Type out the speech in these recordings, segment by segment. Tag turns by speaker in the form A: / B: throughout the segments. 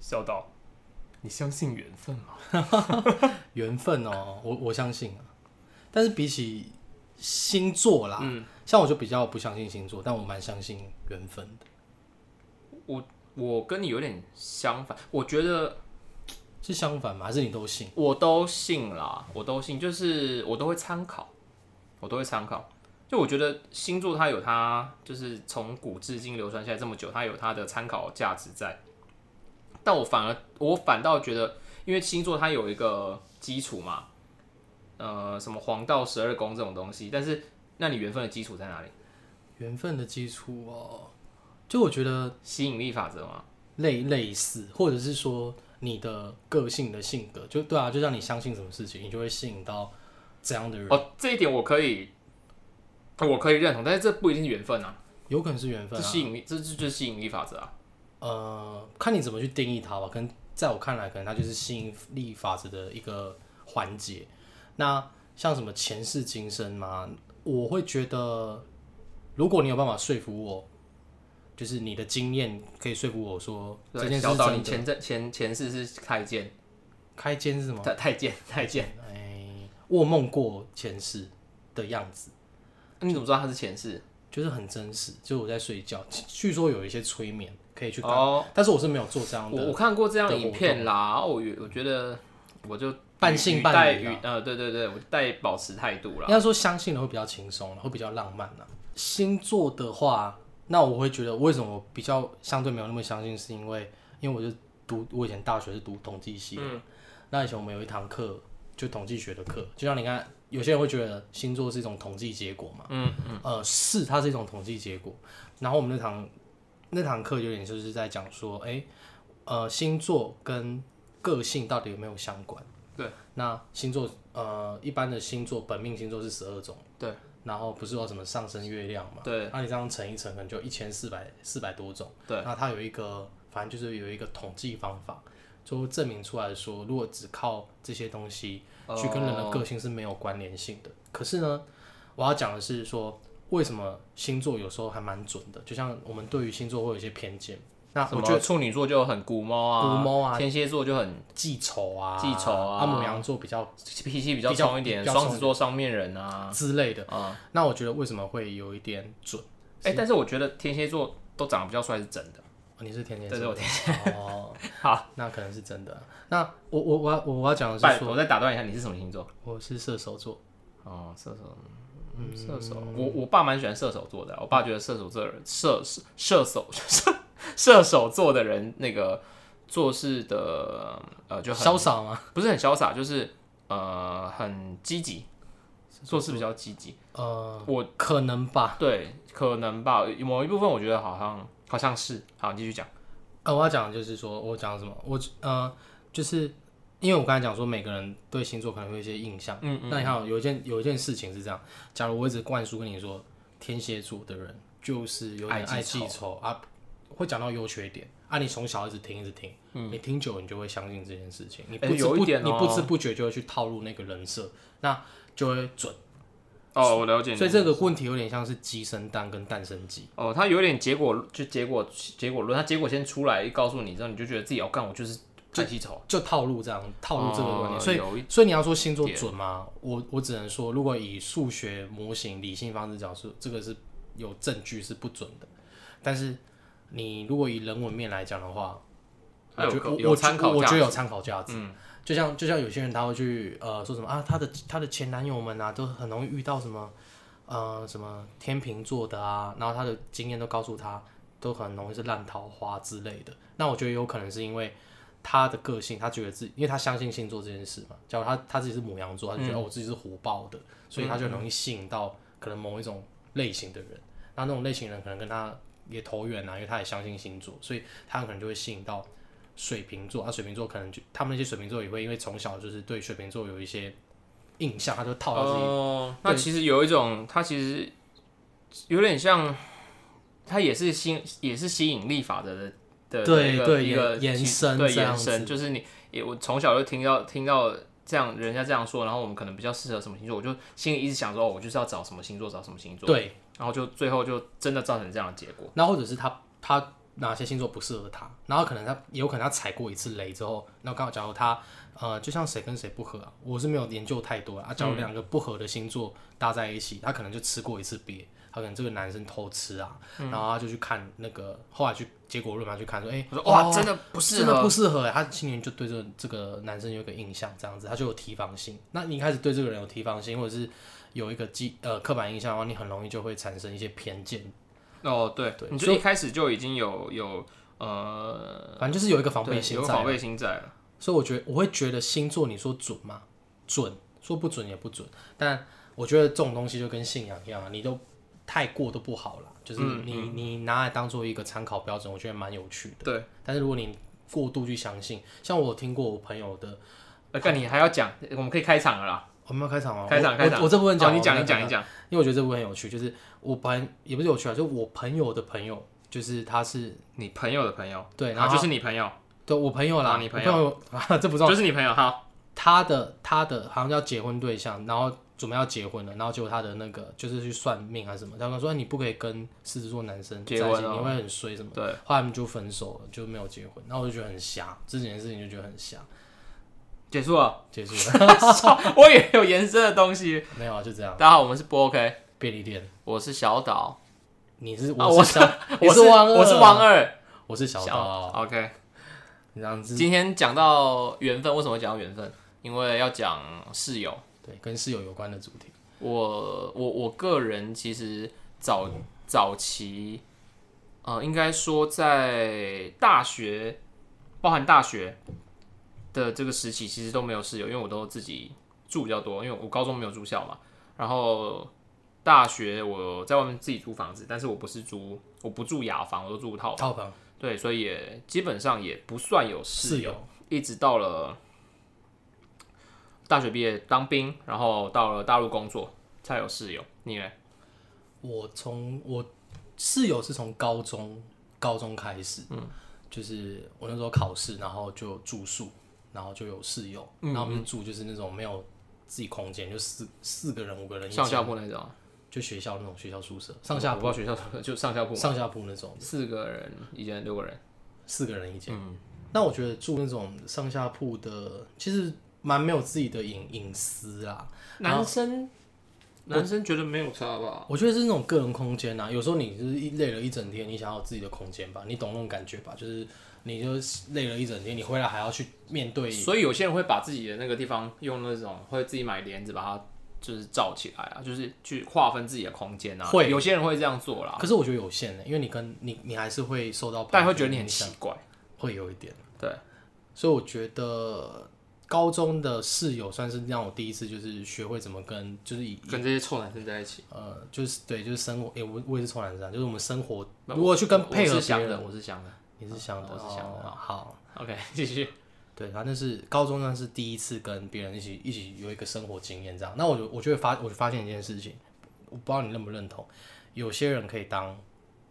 A: 笑到，你相信缘分吗？
B: 缘分哦，我我相信啊。但是比起星座啦，像我就比较不相信星座，但我蛮相信缘分的。
C: 我跟你有点相反，我觉得
B: 是相反吗？还是你都信？
C: 我都信啦，我都信，就是我都会参考，我都会参考。就我觉得星座它有它，就是从古至今流传下来这么久，它有它的参考价值在。但我反而我反倒觉得，因为星座它有一个基础嘛，呃，什么黄道十二宫这种东西，但是那你缘分的基础在哪里？
B: 缘分的基础哦，就我觉得
C: 吸引力法则嘛。
B: 类类似，或者是说你的个性的性格，就对啊，就像你相信什么事情，你就会吸引到这样的人，
C: 哦，这一点我可以，我可以认同，但是这不一定是缘分啊，
B: 有可能是缘分
C: 这
B: 啊。
C: 吸引力，这这就是吸引力法则啊。
B: 呃，看你怎么去定义它吧。可能在我看来，可能它就是吸引力法则的一个环节。那像什么前世今生嘛，我会觉得，如果你有办法说服我，就是你的经验可以说服我说
C: 对
B: 这件事
C: 小
B: 是
C: 岛，你前
B: 真的。
C: 阵前前世是太监，
B: 开间是什么？
C: 太太监太监，
B: 哎，我有梦过前世的样子。
C: 你怎么知道他是前世？
B: 就是很真实，就是我在睡觉。据据说有一些催眠可以去看，
C: 哦，
B: 但是我是没有做这样
C: 我
B: 的
C: 我看过这样
B: 的
C: 的
B: 活
C: 影片啦，哦我觉我觉得我就
B: 半信
C: 语
B: 半
C: 带
B: 疑
C: 语
B: 啦
C: 呃，对对对，我带保持态度啦
B: 应。该说相信的会比较轻松，会比较浪漫啊。星座的话，那我会觉得为什么我比较相对没有那么相信，是因为因为我就读我以前大学是读统计系，嗯，那以前我们有一堂课就统计学的课，就像你看，有些人会觉得星座是一种统计结果嘛，嗯嗯，呃，是它是一种统计结果。然后我们那堂那堂课有点就是在讲说，哎、呃，星座跟个性到底有没有相关？那星座呃，一般的星座本命星座是十二种，
C: 对，
B: 然后不是有什么上升月亮嘛？
C: 对，
B: 那你这样乘一乘，可能就一千四百四百多种。
C: 对，
B: 那它有一个，反正就是有一个统计方法，就证明出来说，如果只靠这些东西
C: 哦
B: 嗯去
C: 呃
B: 跟人的个性是没有关联性的。可是呢，我要讲的是说，为什么星座有时候还蛮准的？就像我们对于星座会有一些偏见。那
C: 什
B: 我
C: 么
B: 觉得
C: 处女座就很古猫啊，
B: 古猫啊
C: 天蝎座就很
B: 记仇啊，
C: 记仇啊
B: 母羊座比较
C: 脾气比较
B: 比较
C: 冲一点，
B: 比较
C: 双
B: 冲
C: 子座双面人啊。
B: 之类的。
C: 啊
B: 那我觉得为什么会有一点准？
C: 哎、但是我觉得天蝎座都长得比较帅是真的。
B: 哦你是天蝎
C: 对对
B: 座
C: 我
B: 的，哦，
C: 好，
B: 那可能是真的。那我我我要我要讲的是
C: 拜，
B: 说，
C: 哦我再打断一下，你是什么星座？
B: 我是射手座，
C: 哦，射手，嗯，射手。我我爸蛮喜欢射手座的啊，我爸觉得射手座的人射射射手 射射手座的人那个做事的呃就很
B: 潇洒吗？
C: 不是很潇洒，就是呃很积极，做事比较积极。
B: 呃，
C: 我
B: 可能吧。
C: 对，可能吧，某一部分我觉得好像好像是。好，你继续讲。
B: 呃，我要讲的就是说，我讲什么？我呃，就是因为我刚才讲说，每个人对星座可能会有一些印象。
C: 嗯
B: 那你看哦，有一件有一件事情是这样，假如我一直灌输跟你说，天蝎座的人就是有点
C: 爱
B: 爱
C: 记
B: 记仇啊，会讲到优缺点啊，你从小一直听一直听，你听久了你就会相信这件事情，你
C: 嗯哎
B: 不知
C: 有一
B: 不、
C: 点
B: 你
C: 哦
B: 不知不觉就会去套路那个人设，那就会准。
C: 哦，我了解你
B: 所以这个问题有点像是鸡生蛋跟蛋生鸡。
C: 哦，他有点结果，就结果结果论，他结果先出来告诉你之后，你就觉得自己要哦干，我就是太记仇，
B: 就套路这样套路这个观
C: 哦
B: 念，所以
C: 有一
B: 所以你要说星座准吗？我我只能说，如果以数学模型理性方式讲，是这个是有证据是不准的。但是你如果以人文面来讲的话，
C: 还
B: 我
C: 有
B: 觉
C: 可
B: 得我
C: 有
B: 我
C: 参
B: 觉
C: 考
B: 我
C: 价嗯
B: 觉得有参考价值。就像就像有些人他会去呃说什么啊，他的他的前男友们啊，都很容易遇到什么呃什么天秤座的啊，然后他的经验都告诉他，都很容易是烂桃花之类的。那我觉得有可能是因为他的个性，他觉得自己，因为他相信星座这件事嘛，假如他他自己是母羊座，他就
C: 嗯
B: 觉得、哦我自己是火爆的，所以他就很容易吸引到可能某一种类型的人。那那种类型的人可能跟他也投缘啊，因为他也相信星座，所以他可能就会吸引到水瓶座。啊，水瓶座可能就他们那些水瓶座也会因为从小就是对水瓶座有一些印象，他就套到自己。
C: 哦，那其实有一种，它其实有点像，它也是吸也是吸引力法则的的
B: 对
C: 一个
B: 对
C: 一个
B: 延
C: 其
B: 延伸
C: 对
B: 这样
C: 延伸，
B: 子
C: 就是你也我从小就听到听到这样人家这样说，然后我们可能比较适合什么星座，我就心里一直想说，哦，我就是要找什么星座，找什么星座，
B: 对，
C: 然后就最后就真的造成这样的结果。
B: 那或者是他他哪些星座不适合他，然后可能他也有可能他踩过一次雷之后，那刚好假如他呃，就像谁跟谁不合啊，我是没有研究太多啊。啊假
C: 嗯
B: 如两个不合的星座搭在一起，他可能就吃过一次鳖，他可能这个男生偷吃啊，
C: 嗯
B: 然后他就去看那个后来去结果论嘛，去看说，哎、
C: 我说哇，
B: 哦
C: 真的不适
B: 真的
C: 合
B: 不，适合欸。他心里面就对这个这个男生有一个印象，这样子他就有提防心。那你一开始对这个人有提防心，或者是有一个基呃刻板印象的话，你很容易就会产生一些偏见，
C: 哦，对
B: 对，
C: 你就
B: 所以
C: 一开始就已经有有呃，
B: 反正就是有一个防备
C: 对
B: 心
C: 有
B: 在
C: 防
B: 啊。
C: 备心在了，
B: 所以我觉得我会觉得星座，你说准吗？准，说不准也不准。但我觉得这种东西就跟信仰一样啊，你都太过都不好了。就是
C: 嗯
B: 你、你拿来当做一个参考标准，我觉得蛮有趣的。
C: 对，
B: 但是如果你过度去相信，像我听过我朋友的，
C: 呃，看你还要讲，我们可以开场了啦，
B: 我们要开场吗？
C: 开
B: 我
C: 场开场，
B: 我我这部分
C: 哦
B: 讲，
C: 你讲
B: 我
C: 你讲你讲，
B: 因为我觉得这部分很有趣，就是我朋也不是有趣啊，就是我朋友的朋友，就是他是
C: 你朋友的朋友，
B: 对，然
C: 然
B: 后
C: 后
B: 他
C: 就是你朋友，
B: 对我朋友啦，
C: 啊啊你朋友
B: 友 这不重要，
C: 就是你朋友，好，
B: 他的他的好像要结婚对象，然后准备要结婚了，然后结果他的那个就是去算命还是什么，他们说哎你不可以跟狮子座男生在一
C: 结
B: 起，
C: 婚哦
B: 你会很衰什么。
C: 对，
B: 后来他们就分手了，就没有结婚。然后我就觉得很瞎，这件事情就觉得很瞎。
C: 结束了，
B: 结束了，
C: 我也有延伸的东西，
B: 没有啊，就这 样。
C: 大家好，我们是不 OK，
B: 便利店，
C: 我是小岛，
B: 你是
C: 啊
B: 我是小，你
C: 我
B: 是王二，啊
C: 我是王，二，
B: 我是小刀。
C: ，OK。
B: 你这样子
C: 今天讲到缘分，为什么会讲到缘分？因为要讲室友。
B: 对，跟室友有关的主题。
C: 我我我个人其实早早期，呃，应该说在大学，包含大学的这个时期，其实都没有室友，因为我都自己住比较多，因为我高中没有住校嘛。然后大学我在外面自己租房子，但是我不是租，我不住雅房，我都住套房。
B: 套房
C: 对，所以也基本上也不算有
B: 室
C: 哦室友。
B: 友，
C: 一直到了大学毕业当兵，然后到了大陆工作才有室友。你呢？
B: 我从我室友是从高中高中开始，嗯，就是我那时候考试，然后就住宿，然后就有室友，
C: 嗯
B: 然后我们住就是那种没有自己空间，就四四个人五个人一
C: 上
B: 间，
C: 下铺那种，
B: 就学校那种学校宿舍，上下
C: 我不知道学校 宿舍就上下铺，
B: 上下铺那种，
C: 四个人，一间六个人。
B: 四个人一间。
C: 嗯
B: 那我觉得住那种上下铺的，其实蛮没有自己的隐隐私啊，
C: 男生男生觉得没有差吧？
B: 我觉得是那种个人空间啊，有时候你就是一累了一整天，你想要有自己的空间吧，你懂那种感觉吧？就是你就是累了一整天，你回来还要去面对，
C: 所以有些人会把自己的那个地方用那种会自己买帘子把它就是罩起来啊，就是去划分自己的空间啊。
B: 会
C: 有些人会这样做啦，
B: 可是我觉得有限欸的、因为你跟你你还是会受到，
C: 啊但会觉得你很奇，怪。
B: 会有一点。
C: 对，
B: 所以我觉得高中的室友算是让我第一次就是学会怎么跟就是以
C: 跟这些臭男生在一起。
B: 呃就是对就是生活，诶、我我也是臭男生啊，就是我们生活
C: 那
B: 如果去跟配
C: 我
B: 合
C: 是想
B: 别
C: 的，
B: 人，
C: 我是想的。
B: 你是想的，
C: 我是想的
B: 哦好。
C: OK，继 续。
B: 对，反正是高中那是第一次跟别人一起一起有一个生活经验这样。那我就我就会发我就发现一件事情，我不知道你认不认同，有些人可以当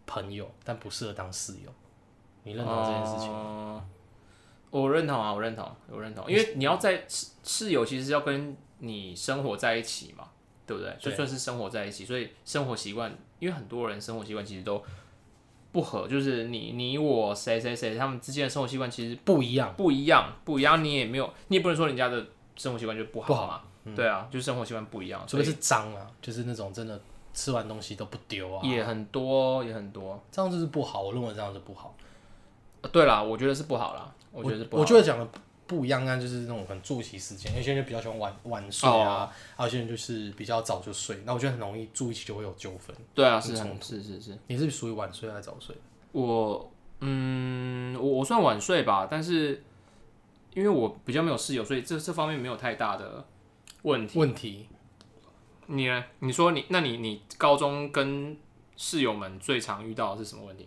B: 朋友，但不适合当室友。你认同这件事情？
C: 哦我认同啊，我认同，我认同，因为你要在室室友其实是要跟你生活在一起嘛，对不对？
B: 对
C: 就算是生活在一起，所以生活习惯，因为很多人生活习惯其实都不合，就是你你我谁谁谁他们之间的生活习惯其实
B: 不一样，
C: 不一样，不一样，你也没有，你也不能说人家的生活习惯就不好
B: 不
C: 嘛，
B: 好嗯
C: 对啊，就是生活习惯不一样，
B: 除
C: 所以
B: 非是脏啊，就是那种真的吃完东西都不丢啊，
C: 也很多也很多。
B: 这样就是不好。我认为这样就不好。
C: 呃对啦，我觉得是不好啦，我觉得是不好
B: 我觉得讲的不不一样，那就是那种很作息时间，有些人就比较喜欢晚晚睡
C: 哦
B: 啊，还有些人就是比较早就睡，那我觉得很容易住一起就会有纠纷。
C: 对啊，是
B: 很
C: 很是是是。
B: 你是属于晚睡还是早睡？
C: 我嗯，我我算晚睡吧，但是因为我比较没有室友，所以这这方面没有太大的问题。
B: 问题
C: 你呢？你说你，那你你高中跟室友们最常遇到的是什么问题？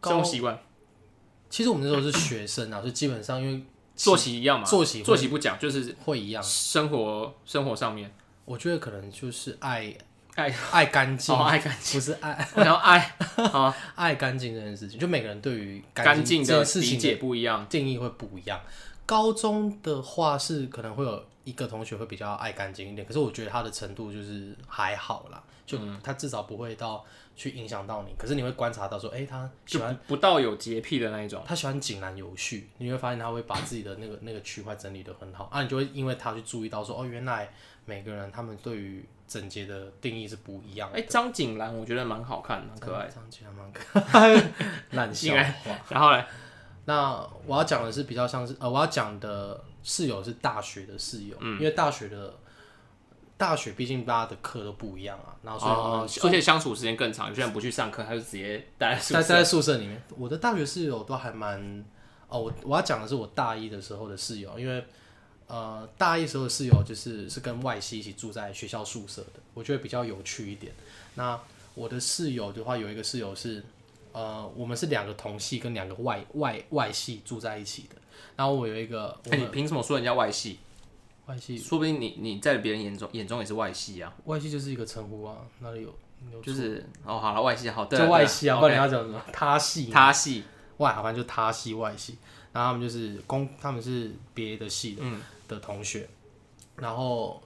B: 高
C: 生活习惯、
B: 其实我们那时候是学生啊， 所以基本上因为
C: 作息一样嘛？
B: 作息会
C: 作息不讲，就是
B: 会一样，
C: 生活生活上 面
B: 我觉得可能就是爱
C: 爱
B: 爱干净，
C: 哦爱干
B: 净，不是爱
C: 然后爱哦
B: 爱干净这件事情，就每个人对于
C: 干
B: 净
C: 净
B: 这件
C: 的
B: 事
C: 理
B: 情
C: 解不一样。
B: 定义会不一样。高中的话是可能会有一个同学会比较爱干净一点，可是我觉得他的程度就是还好啦，就
C: 嗯
B: 他至少不会到去影响到你，可是你会观察到说，哎、他喜
C: 就
B: 欢
C: 不不到有洁癖的那一种。
B: 他喜欢井然有序，你会发现他会把自己的那个那个区块整理的很好啊，你就会因为他去注意到说，哦，原来每个人他们对于整洁的定义是不一样的。哎
C: 哎、张景兰我觉得蛮好看的，蛮可爱的。
B: 这样讲蛮可爱， 烂笑
C: 竟然
B: 话。
C: 然后嘞，
B: 那我要讲的是比较像是呃，我要讲的室友是大学的室友，
C: 嗯
B: 因为大学的大学毕竟大家的课都不一样啊，然后所以我
C: 哦
B: 们
C: 而且相处时间更长，有些人不去上课，他就直接待在哎宿
B: 待
C: 舍。
B: 待在宿舍里面。我的大学室友都还蛮……哦，我我要讲的是我大一的时候的室友，因为呃，大一时候的室友就是是跟外系一起住在学校宿舍的，我觉得比较有趣一点。那我的室友的话，有一个室友是呃，我们是两个同系跟两个外外外系住在一起的。然后我有一个呃我
C: 哎、你凭什么说人家外系？
B: 外系啊
C: 说不定你你在别人眼中眼中也是外系啊，
B: 外系就是一个称呼啊，哪里有有
C: 就是哦，好了，外系好，对
B: 叫
C: 了
B: 外系啊？不
C: 对
B: 然
C: 了
B: 你要讲什么他系
C: OK，
B: 嘛？
C: 他系
B: 外好像就他系外系，然后他们就是公，他们是别的系的、
C: 嗯
B: 的同学，然后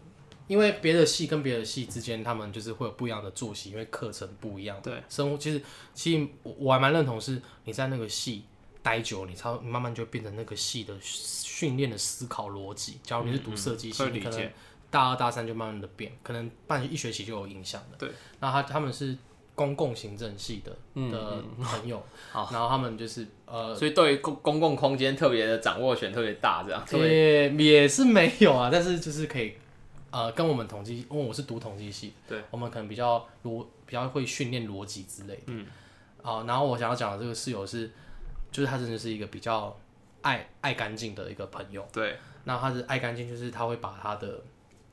B: 因为别的系跟别的系之间，他们就是会有不一样的作息，因为课程不一样，
C: 对，
B: 生活其实其实我我还蛮认同是你在那个系。待久，你超你慢慢就会变成那个系的训练的思考逻辑。假如你是读设计
C: 嗯
B: 系，
C: 嗯会
B: 你
C: 理
B: 可
C: 解
B: 能大二大三就慢慢的变，可能半一学期就有影响了。
C: 对，
B: 那他他们是公共行政系的
C: 嗯
B: 的朋友，然后他们就是呃
C: 所以对于公公共空间特别的掌握权特别大，这样特别
B: 也也是没有啊，但是就是可以，呃，跟我们统计，因为我是读统计系，
C: 对，
B: 我们可能比较逻比较会训练逻辑之类的。嗯，好、然后我想要讲的这个室友是，就是他真的是一个比较爱爱干净的一个朋友。
C: 对，
B: 那他是爱干净，就是他会把他的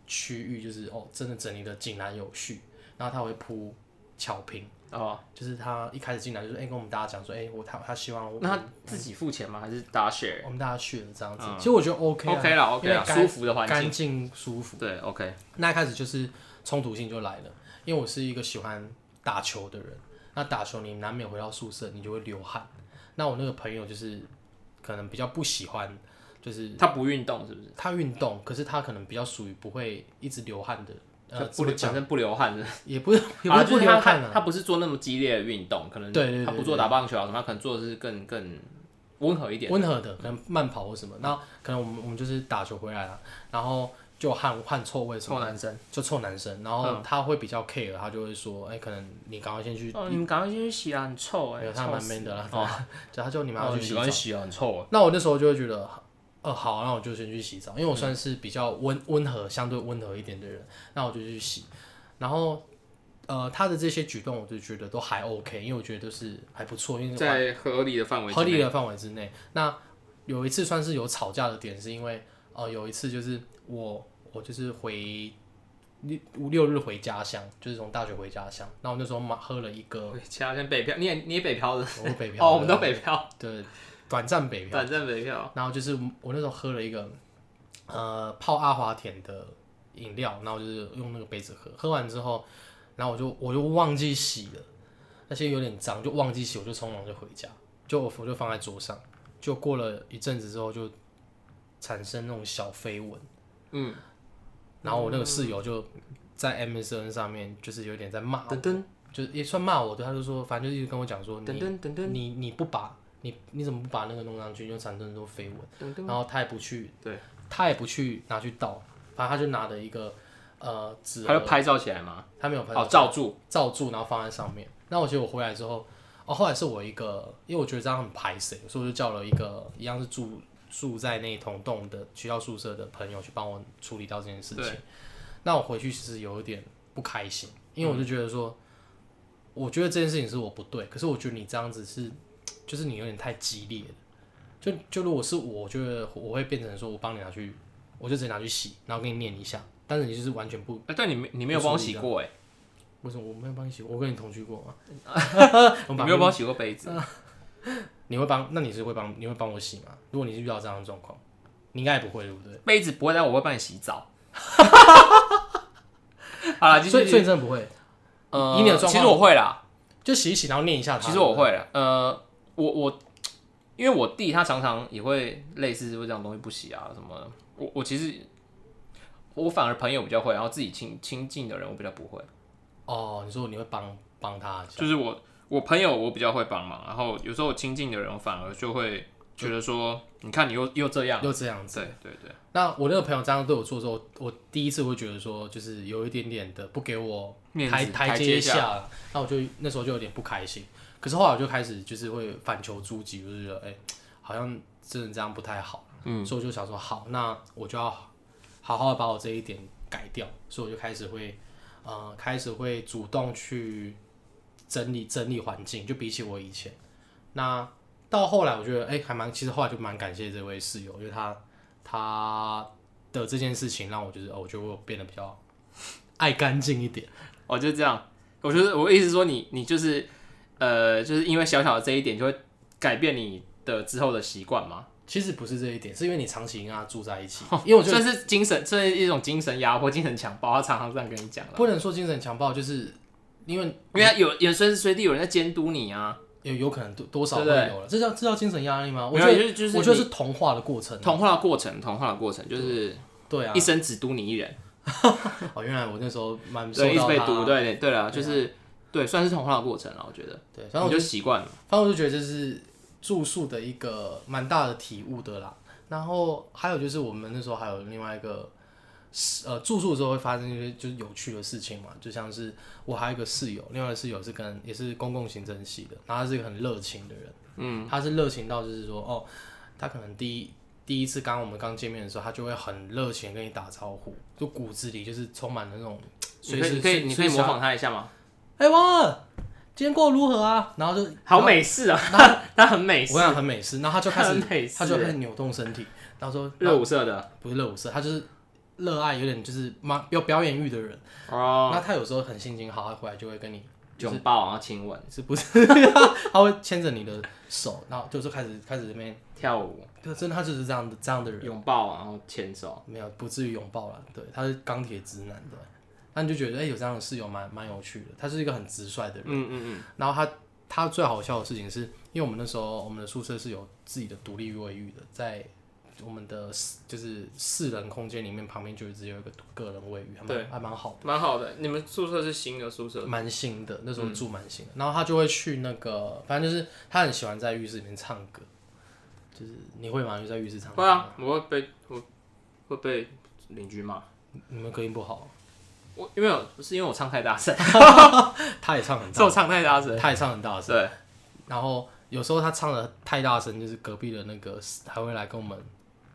B: 区域就是哦，真的整理的井然有序，然后他会铺巧拼，
C: 哦，
B: 就是他一开始进来就是哎、跟我们大家讲说，哎、我他他希望我
C: 那他自己付钱吗？还是大家 share？嗯
B: 我们大家去了这样子，其实我觉得 OK 啊
C: OK 啦，OK 啦
B: 因为干
C: 舒服的环境
B: 干净舒服。
C: 对，OK，
B: 那一开始就是冲突性就来了，因为我是一个喜欢打球的人，那打球你难免回到宿舍你就会流汗。那我那个朋友就是可能比较不喜欢，就是
C: 他不运动是不是？
B: 他运动，可是他可能比较属于不会一直流汗的，
C: 他
B: 呃，
C: 不流，本身不流汗的，
B: 也不是也不
C: 啊
B: 是
C: 就
B: 不
C: 是
B: 流
C: 他
B: 汗
C: 他
B: 啊，
C: 他不是做那么激烈的运动，可能
B: 对对对
C: 他不做打棒球啊什么，他可能做的是更更温和一点。嗯
B: 温和的，可能慢跑或什么。那可能我们我们就是打球回来了，然后就有汗汗臭味什么的
C: 臭男生，嗯
B: 就臭男生，然后他会比较 care，他就会说，哎、可能你赶快先去，
C: 哦，你们赶快先去洗啊，很臭
B: 没有他蛮 man 的啦，
C: 哦，
B: 就他就你们要去洗澡。
C: 欢洗啊，很臭啊。
B: 那我那时候就会觉得，呃，好，那我就先去洗澡，因为
C: 嗯
B: 我算是比较温温和、相对温和一点的人，那我就去洗。然后，呃，他的这些举动，我就觉得都还 OK，因为我觉得就是还不错，因为
C: 在合理的范围之
B: 合
C: 内，
B: 理的范围之内。那有一次算是有吵架的点，是因为呃，有一次就是我我就是回六五六日回家乡，就是从大学回家乡。那我那时候买喝了一 个，
C: 其他先北漂，你也你也北漂的，
B: 我北漂
C: 哦，我们都北漂，
B: 对短暂北漂，
C: 短暂北漂。
B: 然后就是我那时候喝了一个呃泡阿华田的饮料，然后就是用那个杯子喝，喝完之后，然后我就我就忘记洗了，那些有点脏，就忘记洗，我就匆忙就回家，就我我就放在桌上，就过了一阵子之后就产生那种小飞蚊，
C: 嗯，
B: 然后我那个室友就在 MSN 上面就是有点在骂我，
C: 噔噔
B: 就是也算骂我，对，他就说反正就一直跟我讲说
C: 噔
B: 你
C: 噔噔噔
B: 你你不把你你怎么不把那个弄上去，就产生很多飞蚊。
C: 噔噔，
B: 然后他也不去，
C: 对，
B: 他也不去拿去倒，反正他就拿着一个呃纸
C: 他
B: 盒，
C: 就拍照起来嘛，
B: 他没有拍
C: 哦，罩住，
B: 罩住，然后放在上面。那我觉得我回来之后，哦，后来是我一个，因为我觉得这样很排谁，所以我就叫了一个一样是住住在那一同栋的学校宿舍的朋友去帮我处理掉这件事情
C: 对。
B: 那我回去其实有一点不开心，因为我就觉得说，我觉得这件事情是我不对，可是我觉得你这样子是，就是你有点太激烈了。就就如果是我，我觉得我会变成说我帮你拿去，我就直接拿去洗，然后给你念一下，但是你就是完全不
C: 哎，对你没你没有帮我洗过哎，
B: 为什么我没有帮你洗？我跟你同居过 吗？我
C: 你
B: 把呃
C: 没有帮我洗过杯子，
B: 你会帮？那你是会帮？你会帮我洗吗？如果你是遇到这样的状况，你应该也不会，对不对？
C: 杯子不会，但我会帮你洗 澡。好了，继续
B: 所以
C: 继
B: 所
C: 续
B: 以你真的不会，
C: 呃，
B: 以你的状况
C: 其实我会啦，
B: 就洗一洗，然后念一下它。
C: 其实我会了，呃，我我因为我弟他常常也会类似会这种东西不洗啊什么的，我我其实我反而朋友比较会，然后自己亲亲近的人我比较不会。
B: 哦，你说你会帮帮他一下，
C: 就是我我朋友我比较会帮忙，然后有时候我亲近的人我反而就会觉得说，你看你又又这样，
B: 又这样子。
C: 对对对，
B: 那我那个朋友这样对我做的时候，我第一次会觉得说，就是有一点点的不给我
C: 面
B: 台
C: 子
B: 台
C: 阶
B: 下，了，那我就那时候就有点不开心。可是后来我就开始就是会反求诸己，就是觉得哎、好像真的这样不太好，嗯，所以我就想说，好，那我就要好好的把我这一点改掉，所以我就开始会，呃，开始会主动去整理整理环境，就比起我以前，那到后来我觉得，哎、还蛮，其实后来就蛮感谢这位室友，因为他他的这件事情让我就是，哦，我觉得我变得比较爱干净一点。
C: 哦，就是这样。我觉得我意思是说你，你就是呃，就是因为小小的这一点，就会改变你的之后的习惯嘛。
B: 其实不是这一点，是因为你长期跟他住在一起，因为我觉
C: 算
B: 得
C: 哦是精神，这是一种精神压迫、精神强暴，他常常这样跟你讲了，
B: 不能说精神强暴，就是因为
C: 因为他有有随时随地有人在监督你啊。
B: 有有可能多多少会
C: 对不对
B: 有了，这叫这叫精神压力吗？我
C: 没
B: 觉
C: 有
B: 得
C: 就是就是
B: 我觉得
C: 你
B: 是同化的过程。
C: 童话的过程，童话的过程就是
B: 对 啊
C: 一，生只读你一人，
B: 哦，原来我那时候蛮受
C: 对，一直
B: 到
C: 被
B: 他
C: 读，对啊对对了，就是对，算是童话的过程了，我觉得。
B: 对，反
C: 然
B: 正
C: 后
B: 我
C: 我就习惯了，
B: 反正我就觉得这是住宿的一个蛮大的体悟的啦。然后还有就是我们那时候还有另外一个是呃住宿的时候会发生一些就是有趣的事情嘛，就像是我还有一个室友，另外一个室友是跟也是公共行政系的，然后他是一个很热情的人，嗯，他是热情到就是说哦，他可能第一。第一次刚我们刚见面的时候，他就会很热情地跟你打招呼，就骨子里就是充满了那种
C: 你
B: 随
C: 可以
B: 时
C: 你可以你可以模，
B: 随时
C: 仿他一下吗？
B: 哎、王二，今天过得如何啊？然后就
C: 好美式啊，他他很美式
B: 我，想很美式，然后他就开始
C: 很美，式
B: 他就开始扭动身体，然后说 啊
C: 热舞社的
B: 不是热舞社，他就是热爱有点就是妈有表演欲的人。
C: 哦，
B: 那他有时候很心情好，他回来就会跟你
C: 拥抱然后亲吻
B: 是不是？他会牵着你的手，然后就是开始开始这边，
C: 跳舞，
B: 就真的他就是这样的这样的人，
C: 拥抱然后牵手。
B: 没有不至于拥抱了。对，他是钢铁直男的，那你就觉得哎、有这样的室友蛮蛮有趣的，他是一个很直率的人。
C: 嗯嗯嗯，
B: 然后他他最好笑的事情是，因为我们那时候我们的宿舍是有自己的独立卫浴的，在我们的四就是四人空间里面旁边就只有一个个人卫浴，还蛮
C: 对
B: 还蛮好，
C: 蛮好的。你们宿舍是新的宿舍，
B: 蛮新的，那时候
C: 嗯
B: 住蛮新的。然后他就会去那个，反正就是他很喜欢在浴室里面唱歌，就是你会吗？就在浴室唱歌？
C: 会啊，我会被我会被邻居骂。
B: 你们隔音不好，
C: 我因为我不是因为我唱太大声，
B: 他也唱很
C: 是
B: 大
C: 我，唱太大声。
B: 他也唱很大声。
C: 对，
B: 然后有时候他唱的太大声，就是隔壁的那个还会来跟我们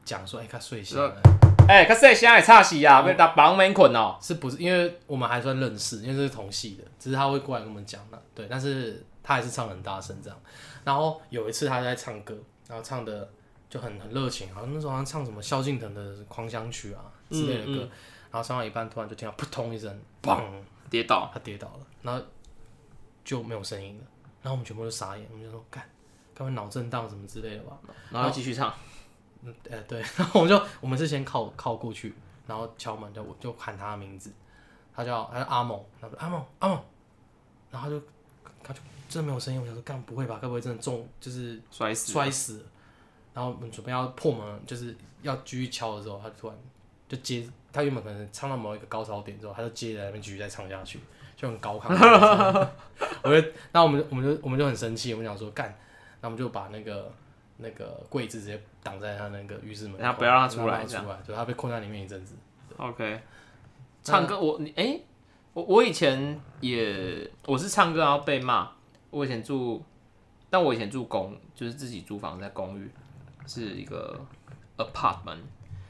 B: 讲说：“哎、他睡醒了。”
C: 哎，可是现在差戏啊，被打绑门捆哦。
B: 是不是？因为我们还算认识，因为是同系的，只是他会过来跟我们讲的，对。但是他还是唱得很大声这样。然后有一次他在唱歌，然后唱的就很很热情，好像那时候好像唱什么萧敬腾的《狂想曲》啊之类的歌，然后唱到一半突然就听到扑通一声，砰，
C: 跌倒，
B: 他跌倒了，然后就没有声音了。然后我们全部都傻眼，我们就说干，该不会脑震荡什么之类的吧？
C: 然后继续唱。
B: 嗯，呃，对， 然后我们就我们是先靠靠过去，然后敲门就我就喊他的名字，他叫他叫阿猛，然后说阿猛阿猛，然后他就他就真的没有声音，我想说干不会吧，该不会真的中就是
C: 摔死，
B: 摔死了？然后我们准备要破门，就是要继续敲的时候，他突然就接，他原本可能唱到某一个高潮点之后，他就接着在那边继续再唱下去，就很高亢。 我就，那我们我们就我们就很生气，我们想说干，然后我们就把那个那个柜子直接挡在他那个浴室门口，
C: 然后不要让他出来
B: 不要让他出来，就他被困在里面一阵子。
C: OK，唱歌我你哎、我我以前也我是唱歌然后被骂。我以前住，但我以前住公，就是自己租房在公寓，是一个 apartment，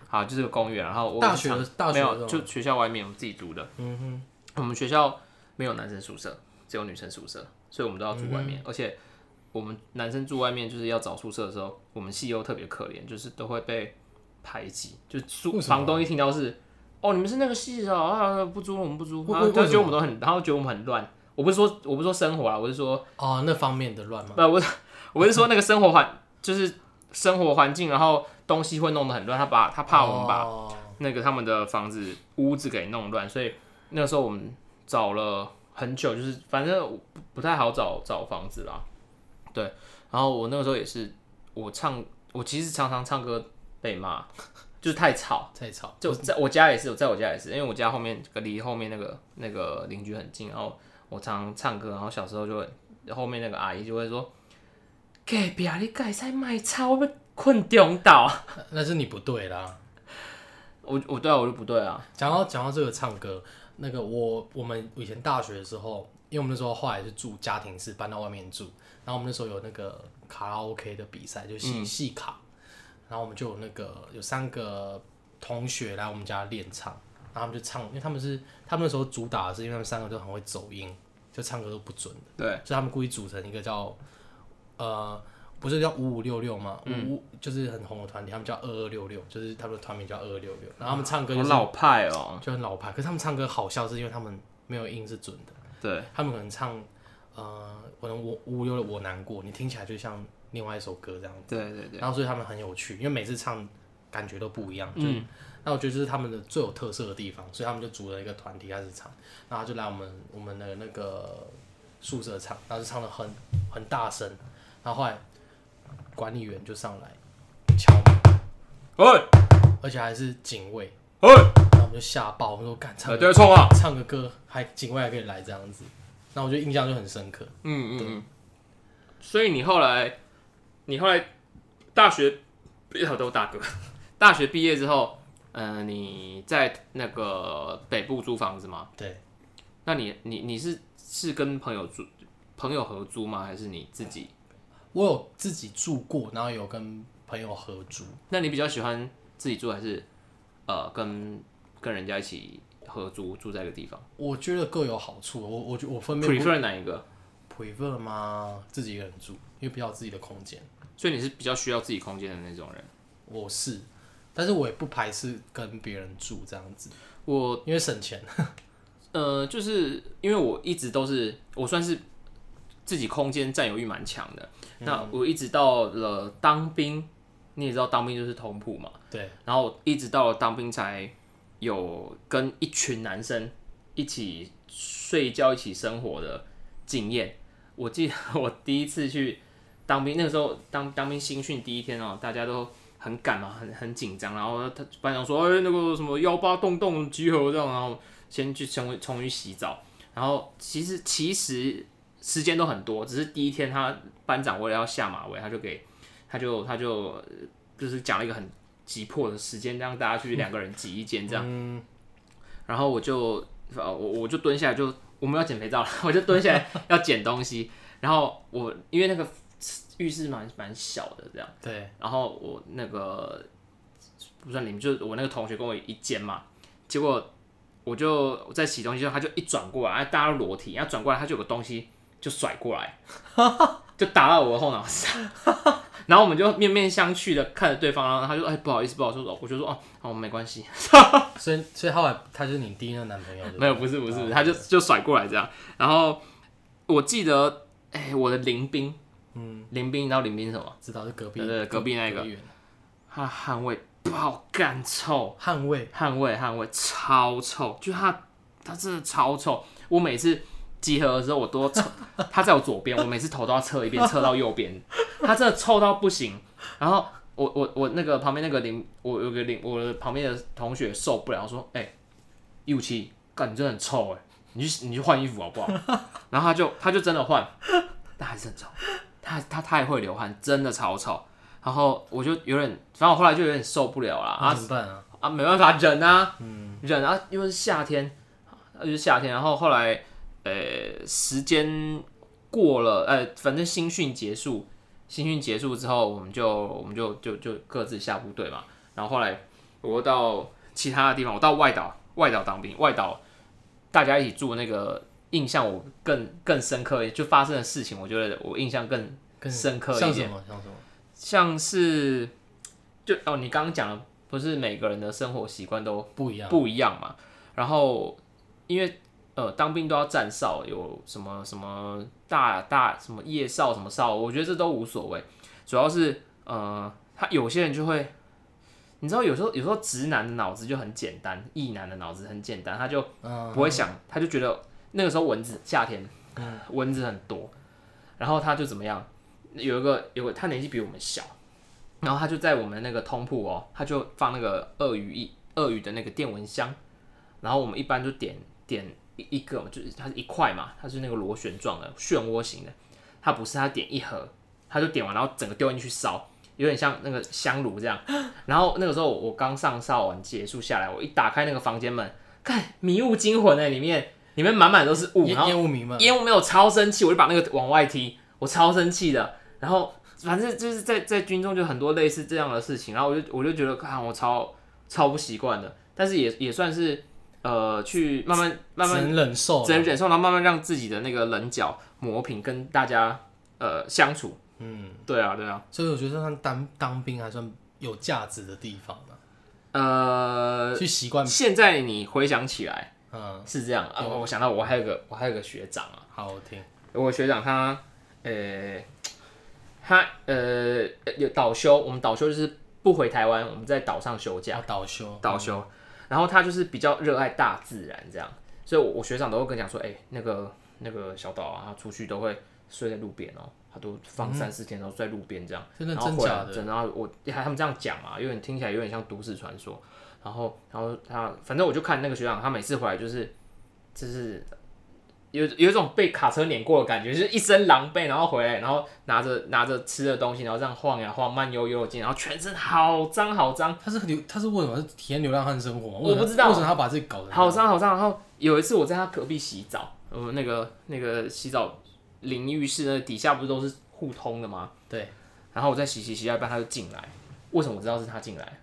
C: 好，就是个公寓。啊然哦后我
B: 大学的大
C: 没
B: 学的时
C: 有，
B: 候
C: 就学校外面我们自己租的。嗯哼，我们学校没有男生宿舍，只有女生宿舍，所以我们都要住外
B: 嗯
C: 面。而且我们男生住外面，就是要找宿舍的时候，我们系又特别可怜，就是都会被排挤。就租
B: 为什么
C: 房东一听到是。哦，你们是那个系的啊？不租，我们不租。
B: 为
C: 然后
B: 为
C: 他
B: 为
C: 觉
B: 什
C: 得
B: 么
C: 我们都很，然后觉得我们很乱。我不是说，我不是说生活啊，我是说
B: 哦，那方面的乱吗？
C: 不，我我是说那个生活环，就是生活环境，然后东西会弄得很乱。他把他怕我们把
B: 哦
C: 那个他们的房子屋子给弄乱，所以那个时候我们找了很久，就是反正我不不太好找找房子啦。对，然后我那个时候也是，我唱我其实常常唱歌被骂， 就是太吵。
B: 太吵，
C: 就在我家也是，在我家也是，因为我家后面离后面那个那个邻居很近，然后我常常唱歌，然后小时候就会后面那个阿姨就会说：“隔壁啊，你该在卖吵，我要困中岛。
B: 那那是你不对啦。
C: 我”我对啊，我就不对啊，
B: 讲到讲到这个唱歌，那个我我们以前大学的时候，因为我们那时候后来是住家庭式，搬到外面住，然后我们那时候有那个卡拉 OK 的比赛，就戏戏、卡，然后我们就有那个有三个同学来我们家练唱，然后他们就唱，因为他们是他们那时候主打的是，因为他们三个都很会走音，就唱歌都不准。
C: 对，
B: 所以他们故意组成一个叫呃，不是叫五五六六吗？五五就是很红的团体，他们叫二二六六，就是他们的团名叫二二六六。然后他们唱歌就
C: 好
B: 是、
C: 老派哦、
B: 就很老牌，可是他们唱歌好笑，是因为他们没有音是准的，
C: 对，
B: 他们可能唱呃，可能我五五六的我难过，你听起来就像另外一首歌这样。
C: 对对对，
B: 然后所以他们很有趣，因为每次唱感觉都不一样。嗯，那我觉得这是他们的最有特色的地方，所以他们就组了一个团体开始唱，然后就来我们我们的那个宿舍唱，然后就唱的很很大声，然后后来管理员就上来敲门，
C: 喂
B: 而且还是警卫，
C: 喂，
B: 然后我们就吓爆，我们说敢唱
C: 呃，对，哎冲啊！
B: 唱个歌，还警卫还可以来这样子，那我就印象就很深刻。
C: 嗯嗯嗯。所以你后来，你后来大学毕业都大哥， 大学毕业之后，呃，你在那个北部租房子吗？
B: 对，
C: 那你你你是是跟朋友租，朋友合租吗？还是你自己？
B: 我有自己住过，然后有跟朋友合租。
C: 那你比较喜欢自己住，还是呃跟跟人家一起合租住在一个地方
B: 我觉得各有好处，我我觉我分辨
C: ？prefer 哪一个？
B: 不 prefer 吗？自己一个人住，因为比较有自己的空间。
C: 所以你是比较需要自己空间的那种人。
B: 我是，但是我也不排斥跟别人住这样子，
C: 我
B: 因为省钱。
C: 呃，就是因为我一直都是我算是自己空间占有欲蛮强的。那我一直到了当兵，你也知道当兵就是同铺嘛，
B: 对，
C: 然后我一直到了当兵才有跟一群男生一起睡觉、一起生活的经验。我记得 我第一次去当兵，那个时候当当兵新训第一天哦，大家都很赶嘛，很很紧张。然后他班长说：“哎、那个什么幺八洞洞集合这样。”然后先去冲冲去洗澡。然后其实其实时间都很多，只是第一天他班长为了要下马威，他就给他就他就呃就是讲了一个很急迫的时间，让大家去两个人挤一间这样。
B: 嗯
C: 然后我就呃我我就蹲下来就我们要捡肥皂了， 我就蹲下来要捡东西。然后我因为那个呃浴室蛮蛮小的这样，
B: 对，
C: 然后我那个不算你们，就是我那个同学跟我一间嘛，结果我就我在洗东西的时候，他就一转过来，啊大家都裸体，然后转过来他就有个东西就甩过来， 就打到我的后脑勺， 然后我们就面面相觑的看着对方，然后他就哎不好意思不好意思，我就说哦哦没关系，
B: 所以所以后来他就是你第一任男朋友，对哦不对
C: 没有，不是不是，他就就甩过来这样。然后我记得，哎、我的林兵，嗯，林兵，你知道林兵是什么？
B: 知道是隔壁
C: 对对呃隔壁那个
B: 隔远
C: 他的汗味爆干臭，
B: 捍卫，
C: 汗味汗味超臭，就他他真的超臭。我每次集合的时候，我都 臭，他在我左边，我每次头都要侧一边，侧到右边，他真的臭到不行。然后我我我那个旁边那个邻，我有个邻，我的旁边的同学受不了，说：“哎、一五七，干你真的很臭哎、你去你去换衣服好不 好？”然后他就他就真的换，但还是很臭，他他太会流汗，真的超臭。然后我就有点，反正我后来就有点受不了啦。啊
B: 那，怎么办啊？
C: 啊，没办法 忍啊，忍啊，因为是夏天，啊又是夏天，然后后来呃时间过了，呃反正新训结束，新训结束之后，我们就我们就就就各自下部队嘛，然后后来我又到其他的地方，我到外岛外岛当兵，外岛大家一起住那个。印象我更更深刻，就发生的事情，我觉得我印象更
B: 更
C: 深刻一
B: 像
C: 点。
B: 什么像什么？
C: 像是就哦，你刚刚讲的，不是每个人的生活习惯都
B: 不一样，
C: 不一样嘛。然后因为呃，当兵都要站哨，有什么什么大大什么夜哨什么哨，我觉得这都无所谓。主要是呃，他有些人就会，你知道，有时候有时候直男的脑子就很简单，异男的脑子很简单，他就
B: 嗯，
C: 不会想，他就觉得那个时候蚊子夏天，蚊子很多，然后他就怎么样？有一个有个他年纪比我们小，然后他就在我们那个通铺哦，他就放那个鳄鱼一鳄鱼的那个电蚊香，然后我们一般就点点一一个，就是它是一块嘛，它是那个螺旋状的漩涡型的，它不是它点一盒，他就点完然后整个丢进去烧，有点像那个香炉这样。然后那个时候我刚上哨完结束下来，我一打开那个房间门，看迷雾惊魂哎，里面里面满满都是雾，然后
B: 烟烟雾弥漫，
C: 烟雾没有超生气，我就把那个往外踢，我超生气的。然后反正就是在在军中就很多类似这样的事情，然后我就我就觉得，看我超超不习惯的，但是也也算是呃去慢慢慢慢
B: 只能忍受
C: 只能
B: 了，
C: 忍受，然后慢慢让自己的那个棱角磨平，跟大家呃相处。嗯，对啊，对啊，
B: 所以我觉得算当当兵还算有价值的地方了，
C: 呃，
B: 去习惯。
C: 现在你回想起来
B: 嗯，
C: 是这样啊，我想到我还有个我还有个学长啊。
B: 好，我听。
C: 我学长他，呃、他呃有倒休，我们倒休就是不回台湾，我们在岛上休假，
B: 要倒休，
C: 倒休。然后他就是比较热爱大自然这样，所以我我学长都会跟我讲说，哎、那个那个小岛啊，他出去都会睡在路边哦、他都放三四天都睡在路边这样。
B: 真的
C: 然后
B: 真
C: 回
B: 假
C: 来
B: 的？
C: 真的，然后我他们这样讲啊嘛，有点听起来有点像都市传说。然后，然后他反正我就看那个学长，他每次回来就是就是有有一种被卡车碾过的感觉，就是一身狼狈，然后回来，然后拿着拿着吃的东西，然后这样晃呀晃，慢悠悠的进，然后全身好脏好脏。
B: 他是流，他是为什么是体验流浪汉生活吗？
C: 我不知道
B: 为什么他把自己搞成
C: 好脏好脏。然后有一次我在他隔壁洗澡，我们那个那个洗澡淋浴室那底下不是都是互通的吗？
B: 对。
C: 然后我在洗洗洗到一半，他就进来。为什么我知道是他进来？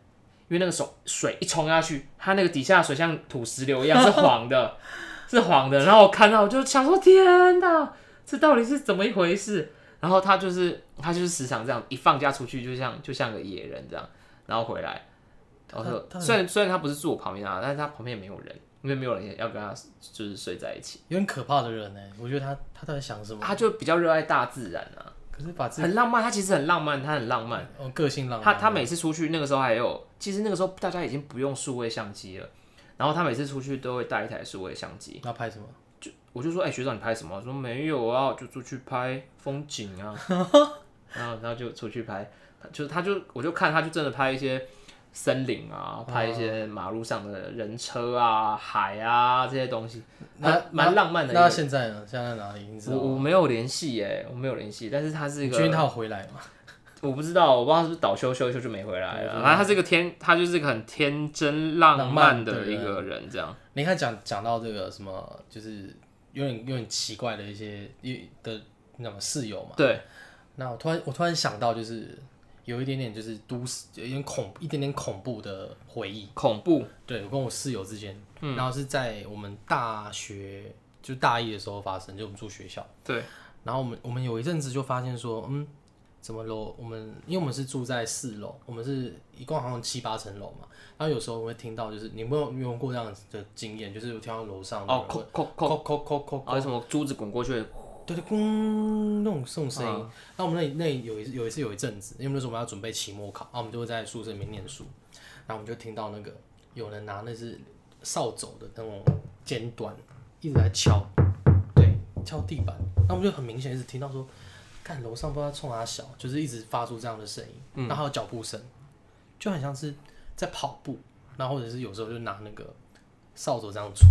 C: 因为那个手水一冲下去，他那个底下的水像土石流一样，是黄的，是黄的。然后我看到我就想说：天哪，这到底是怎么一回事？然后他就是他就是时常这样，一放假出去就像就像个野人这样，然后回来然后
B: 他
C: 说，虽然虽哦然他不是住我旁边啊，但是他旁边也没有人，因为没有人要跟他就是睡在一起，
B: 有点可怕的人呢、欸我觉得他他到底想什么？
C: 他就比较热爱大自然啊，
B: 可嗯是把自己
C: 很浪漫，他其实很浪漫，他很浪漫，
B: 哦个性浪
C: 他
B: 漫，
C: 他每次出去那个时候还有，其实那个时候大家已经不用数位相机了，然后他每次出去都会带一台数位相机，
B: 要拍什么？
C: 我就说，哎、学长你拍什么？他说没有啊，我就出去拍风景 啊，然后然后就出去拍，他就是他就我就看他就真的拍一些森林啊，拍一些马路上的人车啊、海啊这些东西，
B: 那
C: 蛮蛮浪漫的一
B: 那他
C: 个。
B: 现在呢？现在在哪里？你知道
C: 我我
B: 吗？
C: 没有联系耶，我没有联系，但是他是一
B: 你确定
C: 个
B: 他有回来吗？
C: 我不知道，我不知道是不是倒休休一休就没回来了。反正他是一个天，他就是一个很天真浪漫的一个人，这样。
B: 你看讲讲到这个什么，就是有点有点奇怪的一些一的那种室友嘛。
C: 对，
B: 那我突然我突然想到，就是有一点点就是都市有点恐一点点恐怖的回忆。
C: 恐怖，嗯
B: 对我跟我室友之间，然后是在我们大学就大一的时候发生，就我们住学校。
C: 对，
B: 然后我们我们有一阵子就发现说，嗯，怎么楼？我们因为我们是住在四楼，我们是一共好像七八层楼嘛。然后有时候我会听到，就是你有没有你有没有过这样的经验？就是有听到楼上
C: 哦，扣扣扣，
B: 扣扣扣扣，
C: 啊，什么珠子滚过去，
B: 对对，咣那种这种声音。那我们那那有一有一次有一阵子，因为那时候我们要准备期末考，啊，我们就会在宿舍里面念书，然后我们就听到那个有人拿那是扫帚的那种尖端一直在敲，对，敲地板。那我们就很明显一直听到说，看楼上不知道冲哪小，就是一直发出这样的声音，然后还有脚步声，就很像是在跑步，然后或者是有时候就拿那个扫帚这样戳，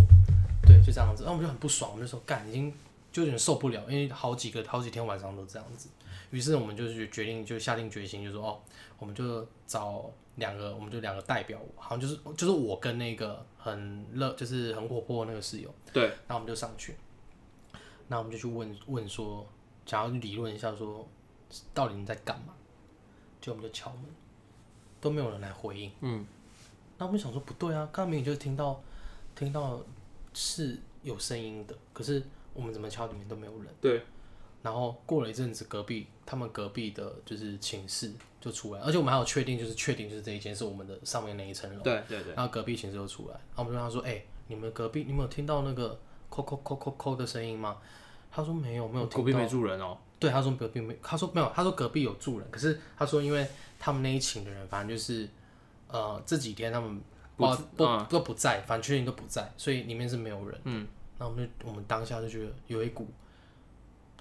B: 对，就这样子。然后我们就很不爽，我们就说干已经。就有点受不了，因为好几个好几天晚上都这样子。于是我们就是决定，就下定决心，就说哦，我们就找两个，我们就两个代表，好像就是就是我跟那个很热，就是很活泼的那个室友，
C: 对，
B: 然后我们就上去，那我们就去问问说，想要理论一下说，到底你在干嘛？就我们就敲门，都没有人来回应。嗯，那我们想说不对啊，刚刚明明就听到听到是有声音的，可是我们怎么敲里面都没有人。
C: 对，
B: 然后过了一阵子，隔壁他们隔壁的就是寝室就出来，而且我们还有确定，就是确定就是这一间是我们的上面那一层楼。
C: 对对对。
B: 然后隔壁寝室又出来，然后我们就跟他说：“哎、你们隔壁，你们有听到那个扣扣扣扣扣的声音吗？”他说：“没有，没有听
C: 隔
B: 到。
C: 壁没住人哦。
B: 对，他说隔壁没，他说没有，他说隔壁有住人，可是他说因为他们那一群的人，反正就是呃这几天他们
C: 不
B: 不
C: 知嗯
B: 不、都不在，反正确定都不在，所以里面是没有人。嗯，那我们就我们当下就觉得有一股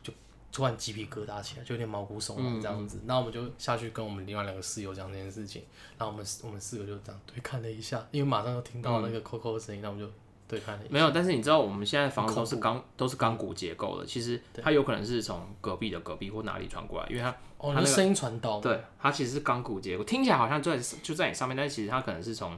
B: 就突然鸡皮疙瘩起来，就有点毛骨悚
C: 嗯
B: 然这样子。那、我们就下去跟我们另外两个室友讲这件事情，然后我们我们四个就这样对看了一下，因为马上要听到那
C: 嗯
B: 个扣扣的声音，那、我们就对看了一下。
C: 没有，但是你知道我们现在房子都是钢都是钢骨结构的，其实它有可能是从隔壁的隔壁或哪里传过来，因为它
B: 哦，
C: 他
B: 那声音传导，
C: 对它其实是钢骨结构，听起来好像就在就在你上面，但是其实它可能是从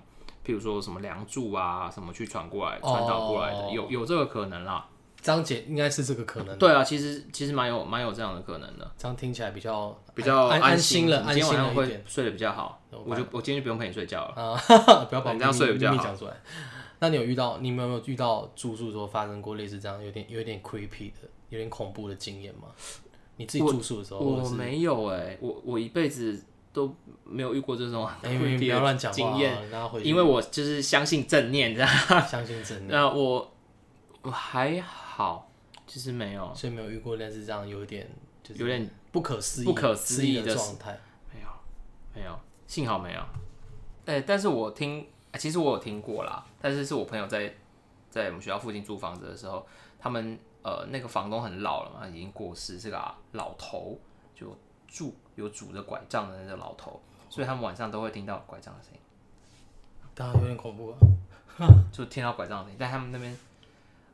C: 譬如说什么梁柱啊什么去传过来传导过来的，
B: 哦嗯
C: 有有这个可能啦。
B: 张姐应该是这个可能。
C: 对啊，其实其实蛮有蛮有这样的可能的，
B: 这样听起来比较
C: 比较
B: 安
C: 心
B: 心了，
C: 你
B: 安
C: 今天
B: 心
C: 晚
B: 了
C: 上
B: 一点
C: 会睡得比较好，
B: 怎么
C: 我就我今天就不用陪你睡觉了。
B: 啊， 不要把
C: 你这样睡比较
B: 秘密
C: 好
B: 讲出来。那你有遇到，你们有没有遇到住宿的时候发生过类似这样有点有点 creepy 的、有点恐怖的经验吗？你自己住宿的时候，或者
C: 我
B: 是
C: 没有哎、我我一辈子都没有遇过这种
B: 哎，你不要乱讲话
C: 经验，，
B: 然后回去
C: 因为我就是相信正念这样。
B: 相信真的，
C: 那我我还好，其实没有
B: 所以没有遇过类似这样有点就是
C: 有点
B: 不可思议、
C: 不可思议的
B: 的状态。
C: 没有没有，幸好没有。哎、但是我听，哎其实我有听过啦，但是是我朋友在在我们学校附近租房子的时候，他们呃那个房东很老了嘛，已经过世，是个啊老头，就拄有拄着拐杖的那个老头，所以他们晚上都会听到拐杖的声音。
B: 当然有点恐怖啊，
C: 就听到拐杖的声音，但他们那边，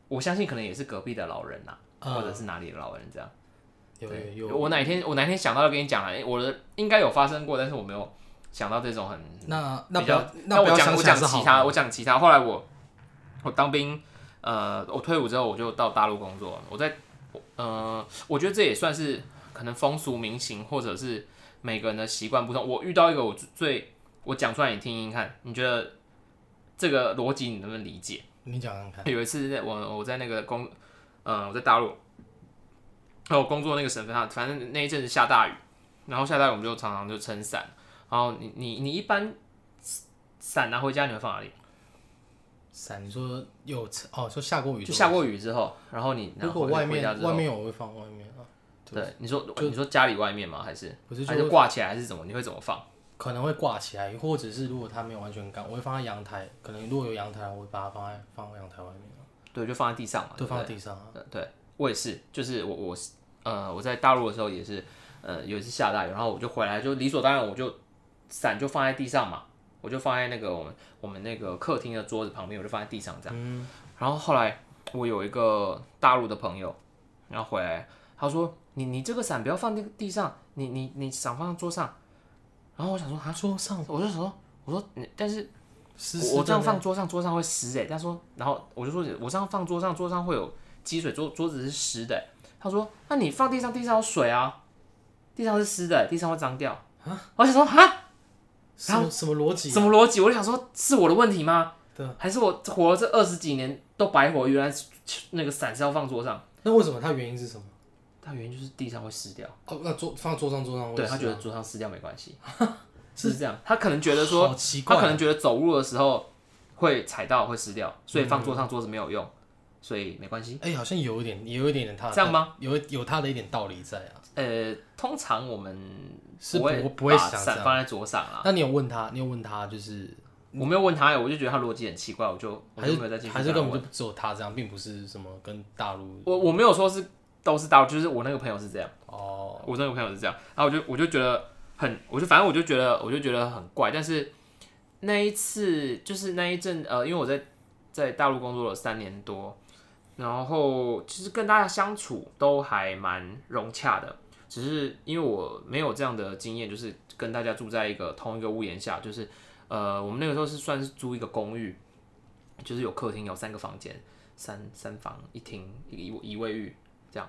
C: 我相信可能也是隔壁的老人呐、啊
B: 嗯
C: 或者是哪里的老人这样。
B: 有
C: 对
B: 有有。
C: 我哪天我哪天想到要跟你讲了，诶我的应该有发生过，但是我没有想到这种很
B: 那那
C: 比
B: 不
C: 较
B: 要
C: 那
B: 不
C: 我
B: 要
C: 讲
B: 想
C: 我
B: 起来
C: 讲
B: 是好
C: 其
B: 的
C: 他，我讲其他。后来我我当兵，呃，我退伍之后我就到大陆工作。我在，呃，我觉得这也算是可能风俗民情或者是每个人的习惯不同。我遇到一个我最我讲出来你听听看，你觉得这个逻辑你能不能理解？
B: 你讲讲看。
C: 有一次在我我在那个工，呃，我在大陆，然后我工作那个省份上，反正那一阵子下大雨，然后下大雨我们就常常就撑伞。然后你你你一般伞拿回家你会放哪里？
B: 伞，你说有哦，说下过雨
C: 就下。过雨之后，然后你拿
B: 如果
C: 回
B: 外
C: 回家
B: 面
C: 之后
B: 外面有，我会放外面啊。
C: 对，你说你说家里外面吗？还是
B: 不是就
C: 还是挂起来还是怎么？你会怎么放？
B: 可能会挂起来，或者是如果它没有完全干，我会放在阳台。可能如果有阳台，我会把它放在放在阳台外面，
C: 对，就放在地上嘛。
B: 都
C: 对不对
B: 放在地上啊。
C: 呃，对我也是，就是我我是呃我在大陆的时候也是，呃有一次下大雨，然后我就回来就理所当然我就伞就放在地上嘛，我就放在那个我们我们那个客厅的桌子旁边，我就放在地上这样。然后后来我有一个大陆的朋友，然后回来他说你你这个伞不要放地地上，你你你伞放在桌上。然后我想说 啊，
B: 桌上
C: 我就想说我说你但是
B: 湿
C: 我我这样放桌上，桌上会湿哎、欸。他说，然后我就说，我这样放桌上，桌上会有积水，桌桌子是湿的欸、他说，那你放地上，地上有水啊，地上是湿的欸、地上会脏掉。
B: 啊
C: 我想说，哈，
B: 什么什么逻辑？
C: 什么逻辑？我就想说，是我的问题吗？
B: 对，啊
C: 还是我活了这二十几年都白活？原来是那个伞是要放桌上，
B: 那为什么它原因是什么？
C: 它原因就是地上会湿掉。
B: 哦，那桌放桌上桌上，
C: 对
B: 我也是
C: 他
B: 啊
C: 觉得桌上湿掉没关 系，是这样。他可能觉得说
B: 好，奇
C: 他
B: 怪，啊
C: 可能觉得走路的时候会踩到会湿掉，所以
B: 嗯
C: 放桌上桌子没有用，所以没关系。
B: 哎，好像有一点，也有一点点它的
C: 这样吗？
B: 有有它的一点道理在啊。
C: 呃，通常我们
B: 是
C: 不会
B: 不不会
C: 把
B: 想这
C: 伞
B: 样
C: 放在桌上啦。
B: 那你有问他？你有问他就是
C: 我没有问他，我就觉得他逻辑很奇怪，我就我
B: 还
C: 就没有再
B: 是
C: 继续
B: 还是
C: 跟
B: 根
C: 他
B: 本
C: 问。
B: 就只有他这样，并不是什么跟大陆
C: 我我没有说是都是大陆，就是我那个朋友是这样，
B: 哦，
C: 我那个朋友是这样，然后我就我就觉得很，我就反正我就觉得我就觉得很怪，但是那一次就是那一阵呃，因为我在在大陆工作了三年多，然后其实跟大家相处都还蛮融洽的，只是因为我没有这样的经验，就是跟大家住在一个同一个屋檐下，就是呃，我们那个时候是算是租一个公寓，就是有客厅，有三个房间，三三房一厅一一一卫浴这样，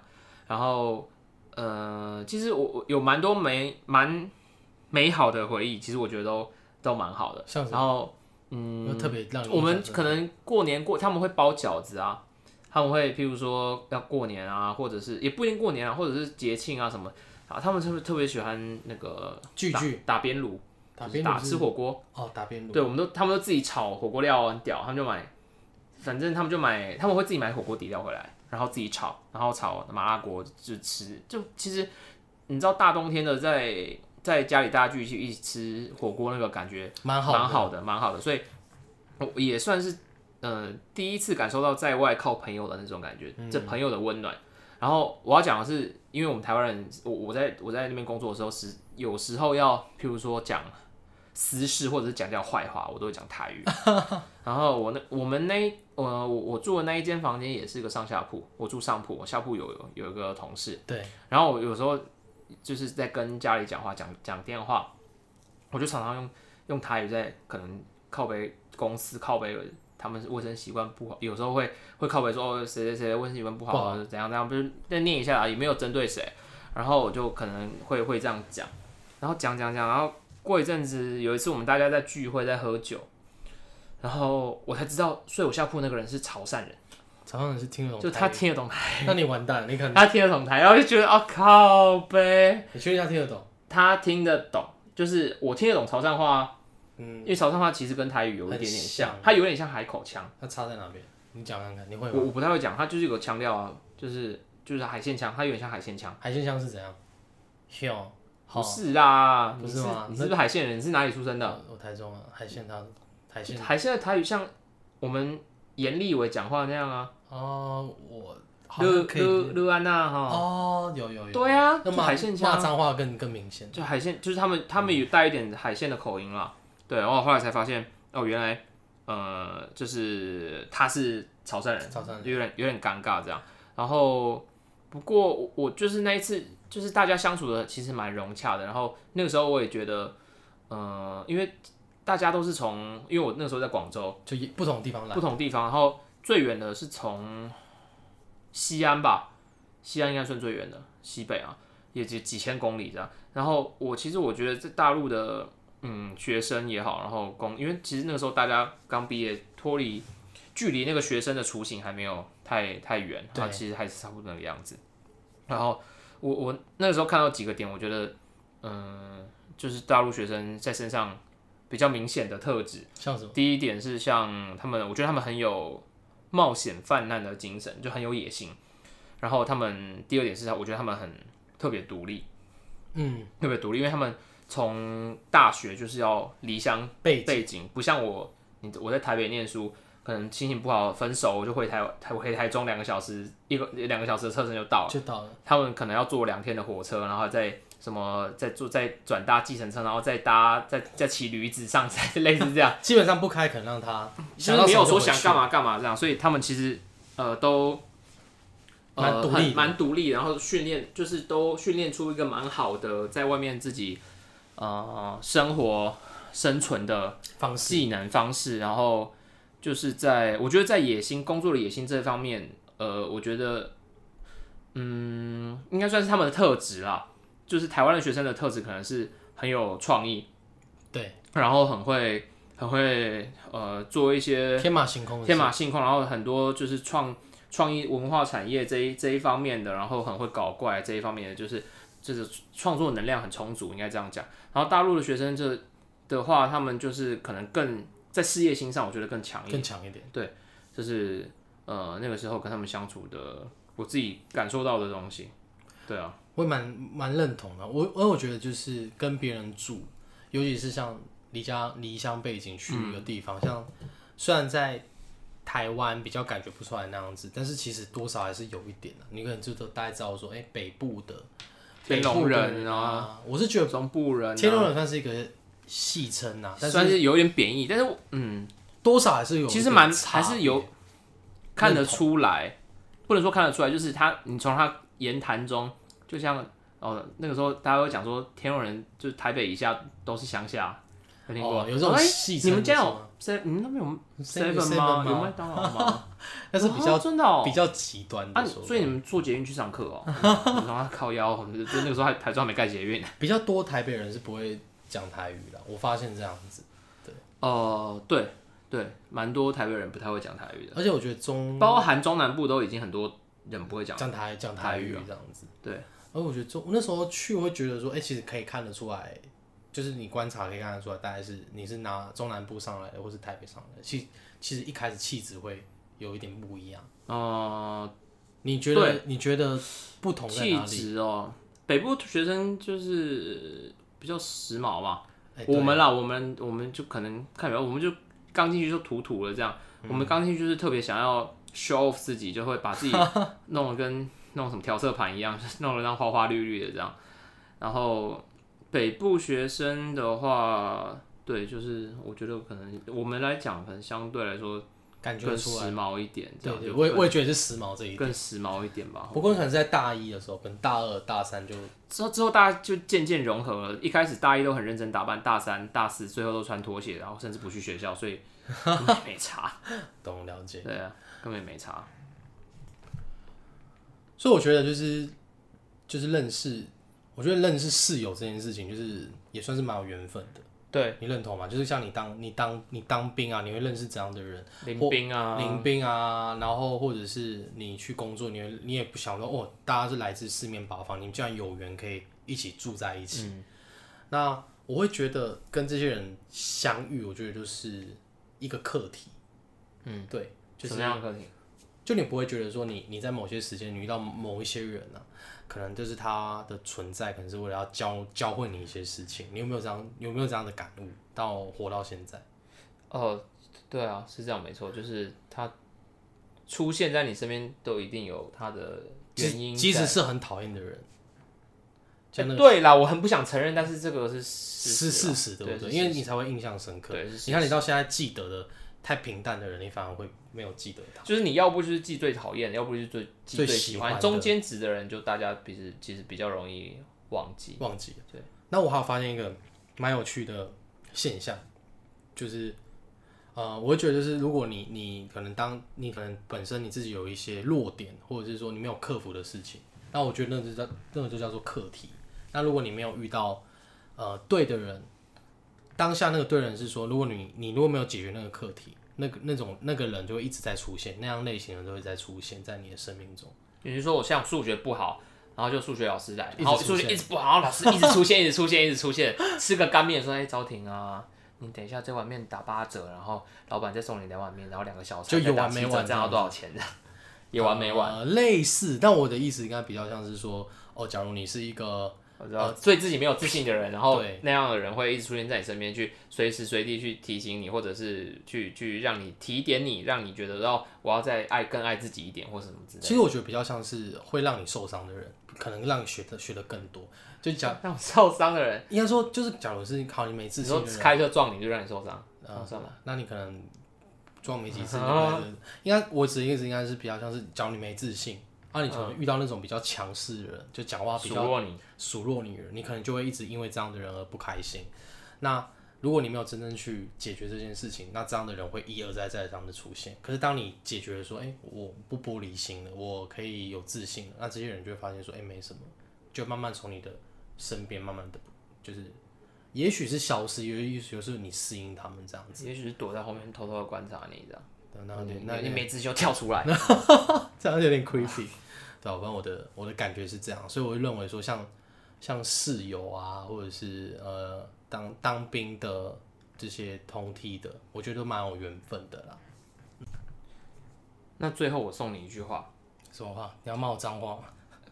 C: 然后呃，其实我我有蛮多美蛮美好的回忆，其实我觉得都都蛮好的，
B: 像什
C: 然后。
B: 嗯，特别让你
C: 我们
B: 印象深
C: 可
B: 刻
C: 能过年过他们会包饺子啊，他们会譬如说要过年啊，或者是也不一定过年啊，或者是节庆啊什么啊，他们特别特别喜欢那个
B: 聚
C: 打
B: 聚
C: 打边炉，
B: 打
C: 就是
B: 边
C: 打
B: 炉
C: 吃
B: 是
C: 火锅，
B: 哦，打边炉
C: 对，我们都他们都自己炒火锅料很屌，他们就买，反正他们就买，他们会自己买火锅底料回来，然后自己炒，然后炒麻辣锅就吃，就其实你知道大冬天的在在家里大家聚一起一起吃火锅那个感觉
B: 蛮好的
C: 蛮好的，蛮好的。所以我也
B: 嗯
C: 算是呃第一次感受到在外靠朋友的那种感觉，这朋友的温暖。然后我要讲的是，因为我们台湾人，我我在我在那边工作的时候，时有时候要，譬如说讲私事或者是讲讲坏话，我都会讲台 语。然后我那我们那一呃我我住的那一间房间也是一个上下铺，我住上铺，我下铺有有一个同事。
B: 对，
C: 然后我有时候就是在跟家里讲话，讲讲电话，我就常常用用台语在可能靠背公司靠背他们卫生习惯不好，有时候会会靠背说哦谁谁谁卫生习惯不
B: 不
C: 好
B: 好
C: 啊，怎样怎样，不是再念一下啊，也没有针对谁，然后我就可能会会这样讲，然后讲讲讲，然后过一阵子有一次我们大家在聚会在喝酒。然后我才知道睡我下铺那个人是潮汕人，
B: 常常是听得懂台
C: 就
B: 语，
C: 他听得懂，
B: 那你完蛋了，你可能
C: 他听得懂台，然后就觉得哦靠呗，
B: 你确定他听得懂？
C: 他听得懂，就是我听得懂潮汕话，
B: 嗯，
C: 因为潮汕话其实跟台语有一点点像
B: 很像，
C: 它有点像海口腔。
B: 他差在哪边？你讲看看，你会
C: 我
B: 吗？
C: 我不太会讲，它就是有个腔调啊，就是就是海鲜腔，它有点像海鲜腔。
B: 海鲜香是怎样？哟，
C: 不是啦，
B: 不
C: 你
B: 是吗
C: 你是不是海鲜人？你是哪里出生的？
B: 我台中啊，海鲜汤，海鲜
C: 海鲜的台语像我们严立伟讲话那样啊，
B: 哦，我好
C: 勒
B: 像可以
C: 勒勒安娜哈，
B: 哦，有有有，
C: 对啊，
B: 那
C: 就
B: 骂
C: 海鲜腔
B: 骂
C: 啊
B: 脏话更更明显，
C: 就海鲜，就是他们
B: 嗯
C: 他们有带一点海鲜的口音啦。对，然后我后来才发现，哦，原来呃，就是他是潮汕人，
B: 潮汕人
C: 有点有点尴尬这样。然后不过我我就是那一次，就是大家相处的其实蛮融洽的。然后那个时候我也觉得，呃，因为大家都是从，因为我那个时候在广州
B: 就一不同地方来
C: 不，同地方，然后最远的是从西安吧，西安应该算最远的西北啊，也就几千公里这样。然后我其实我觉得在大陆的嗯学生也好，然后工，因为其实那个时候大家刚毕业，脱离距离那个学生的雏形还没有太太远，
B: 对
C: 它其实还是差不多那个样子。然后我我那个时候看到几个点，我觉得嗯，就是大陆学生在身上比较明显的特质。
B: 像什么？
C: 第一点是像他们，我觉得他们很有冒险泛滥的精神，就很有野心。然后他们第二点是，我觉得他们很特别独立，
B: 嗯，
C: 特别独立，因为他们从大学就是要离乡
B: 背景
C: 背景，不像我，你我在台北念书，可能心情不好分手，我就回台台回台中两个小时，一个两个小时的车程就到了。
B: 就到了，
C: 他们可能要坐两天的火车，然后再什么再坐再转搭计程车，然后再搭再再骑驴子上山， 类似这样。
B: 基本上不开肯让他，
C: 嗯就是没有说想干
B: 嘛，
C: 嘛干嘛这样，所以他们其实呃都
B: 蛮
C: 呃
B: 独立
C: 很
B: 的
C: 蛮独立，然后训练就是都训练出一个蛮好的在外面自己呃生活生存的
B: 方式
C: 技能方式，然后就是在我觉得在野心工作的野心这方面，呃，我觉得嗯应该算是他们的特质啦，就是台湾的学生的特质可能是很有创意，
B: 对，
C: 然后很会很会呃做一些
B: 天马行空的事，
C: 天马行空，然后很多就是创创意文化产业这一这一方面的，然后很会搞怪这一方面的，就是就是创作能量很充足，应该这样讲。然后大陆的学生这的话，他们就是可能更在事业心上，我觉得更强一
B: 更
C: 点。
B: 强一点，
C: 就是呃那个时候跟他们相处的，我自己感受到的东西。对啊，
B: 我也蛮蛮认同的。我我我觉得就是跟别人住，尤其是像离家离乡背景去
C: 嗯
B: 一个地方，像虽然在台湾比较感觉不出来那样子，但是其实多少还是有一点的、你可能就都大概知道说，哎、北部的
C: 天
B: 北部
C: 龙
B: 的
C: 人啊，
B: 啊，我是觉
C: 中部人、
B: 得
C: 啊，
B: 天龙人算是一个戏称啊，但
C: 算
B: 是
C: 是有点贬义，但是我嗯。
B: 多少还是有一点差别，
C: 其实蛮还是有看得出来，不能说看得出来，就是他，你从他言谈中，就像哦，那个时候大家会讲说，天龙人就是台北以下都是乡下，有听过？
B: 哦有这种
C: 哎
B: 戏称
C: 你们家
B: 的是
C: 有
B: 吗
C: seven，你们那边有
B: Seven-
C: seven
B: Seven
C: 吗？
B: 吗
C: 有麦当劳吗？
B: 但是比较、
C: 哦真的哦
B: 比。较极端
C: 啊，
B: 的说法，
C: 所以你们坐捷运去上课 哦，然后靠腰，就那个时候还台中还没盖捷运。
B: 比较多台北人是不会讲台语的，我发现这样子，
C: 哦，对对，蛮多台北人不太会讲台语的，
B: 而且我觉得中
C: 包含中南部都已经很多人不会讲。
B: 讲台讲台语这样子。
C: 对，
B: 而我觉得中我那时候去，我会觉得说，哎、其实可以看得出来，就是你观察可以看得出来，大概是你是拿中南部上来的，或是台北上来的。其其实一开始气质会有一点不一样。
C: 哦，
B: 你觉得你觉得不同在
C: 气
B: 哪里？
C: 质哦，北部学生就是比较时髦嘛。
B: 哎对
C: 我们啦，我们
B: 嗯
C: 我们就可能看起来，我们就刚进去就土土了这样。我们刚进去就是特别想要 show off 自己，就会把自 己弄得跟弄什么调色盘一样，就是弄得让花花绿绿的这样。然后北部学生的话，对，就是我觉得可能我们来讲，可能相对来说
B: 感觉
C: 更
B: 出
C: 时
B: 来。
C: 髦一点，这
B: 对
C: 样
B: 对，
C: 就
B: 我也
C: 更
B: 我也觉得是时髦这一点。
C: 更时髦一点吧。
B: 不过可能是在大一的时候，可能大二、大三就
C: 之后之后大家就渐渐融合了，一开始大一都很认真打扮，大三、大四最后都穿拖鞋，然后甚至不去学校，所以根本没 差。
B: 懂了解。
C: 对啊，根本没差。
B: 所以我觉得就是就是认识，我觉得认识室友这件事情，就是也算是蛮有缘分的。
C: 对，
B: 你认同吗？就是像你当你当你当兵啊，你会认识怎样的人？
C: 林兵啊，
B: 临兵啊，然后或者是你去工作，你会你也不想说哦，大家是来自四面八方，你们竟然有缘可以一起住在一起。
C: 嗯
B: 那我会觉得跟这些人相遇，我觉得就是一个课题。嗯，对，就
C: 什
B: 是
C: 么样的课题？
B: 就你不会觉得说你你在某些时间你遇到某一些人呢、啊，可能就是他的存在，可能是为了要教教会你一些事情。你有没有这样有没有这样的感悟？到活到现在，
C: 哦，对啊，是这样没错，就是他出现在你身边都一定有他的原因在。
B: 即使是很讨厌的人，像那
C: 哎
B: 个
C: 对啦，我很不想承认，但是这个是
B: 是事实，对
C: 对
B: 不对？
C: 是
B: 因为
C: 事
B: 你才会印象深刻
C: 对是。
B: 你看你到现在记得的太平淡的人，你反而会没有记得他。
C: 就是你要不就是记最讨厌的，要不就是最记
B: 最喜
C: 喜
B: 欢的
C: 中间值的人就大家其实其实比较容易忘记。
B: 忘记了。
C: 对，
B: 那我还有发现一个蛮有趣的现象，就是呃，我会觉得就是如果你你可能当你可能本身你自己有一些弱点，或者是说你没有克服的事情，那我觉得那就叫那个就叫做课题。那如果你没有遇到呃对的人，当下那个对的人是说，如果你你如果没有解决那个课题，那个那种那个人就会一直在出现，那样类型的人都会在出现在你的生命中。
C: 也就是说，我像数学不好，然后就数学老师来
B: 一，直
C: 然后
B: 出
C: 数
B: 现
C: 学一直不好，然后老师一直出现，一直出现，一直出现。吃个干面说：“哎，昭婷啊，你等一下这碗面打八折，然后老板再送你两碗面，然后两个小时
B: 就有完没完
C: 这样要多少钱？有完没完？
B: 呃类似，但我的意思应该比较像是说，哦，假如你是一个
C: 我知道，对自己没有自信的人，然后
B: 对
C: 那样的人会一直出现在你身边，去随时随地去提醒你，或者是去去让你提点你，让你觉得哦，我要再爱更爱自己一点，或什么之类的。
B: 其实我觉得比较像是会让你受伤的人，可能让你学的学的更多。就假
C: 让我受伤的人，
B: 应该说，就是假如是好，你没自
C: 你
B: 信
C: 说
B: 的人，
C: 开车撞你就让你受伤，
B: 呃
C: 那算了。
B: 那你可能撞没几次，
C: 啊
B: 你可能应该我指的意思应该是比较像是，假如你没自信，啊，你可
C: 嗯
B: 能遇到那种比较强势的人，就讲话比
C: 数
B: 较
C: 落你，
B: 数落你的人，你可能就会一直因为这样的人而不开心。那如果你没有真正去解决这件事情，那这样的人会一而再再而三的出现。可是当你解决了说，哎、我不玻璃心了，我可以有自信了，那这些人就会发现说，哎、没什么，就慢慢从你的身边慢慢的，就是也许是消失，有有有时候你适应他们这样子，
C: 也许是躲在后面偷偷的观察你这样。
B: 那有点
C: 你
B: 那有
C: 你
B: 点
C: 没自信就跳出来。
B: 这样有点 creepy。对啊，反正我的我的感觉是这样，所以我就认为说像，像室友啊，或者是呃当当兵的这些通梯的，我觉得都蛮有缘分的啦。
C: 那最后我送你一句话，
B: 什么话？你要骂我脏话吗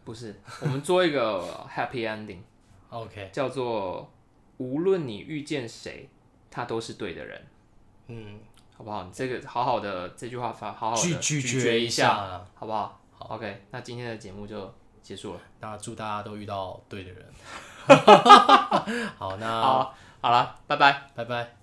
C: 不是，我们做一个 happy ending，
B: ？OK，
C: 叫做无论你遇见谁，他都是对的人，
B: 嗯，
C: 好不好？你这个好好的这句话发，好好
B: 拒
C: 的
B: 拒
C: 绝
B: 一
C: 下，
B: 啦。
C: 好不好？好，OK，那今天的节目就结束了。
B: 那祝大家都 遇到对的人。好，那
C: 好，好了，拜拜。
B: 拜拜。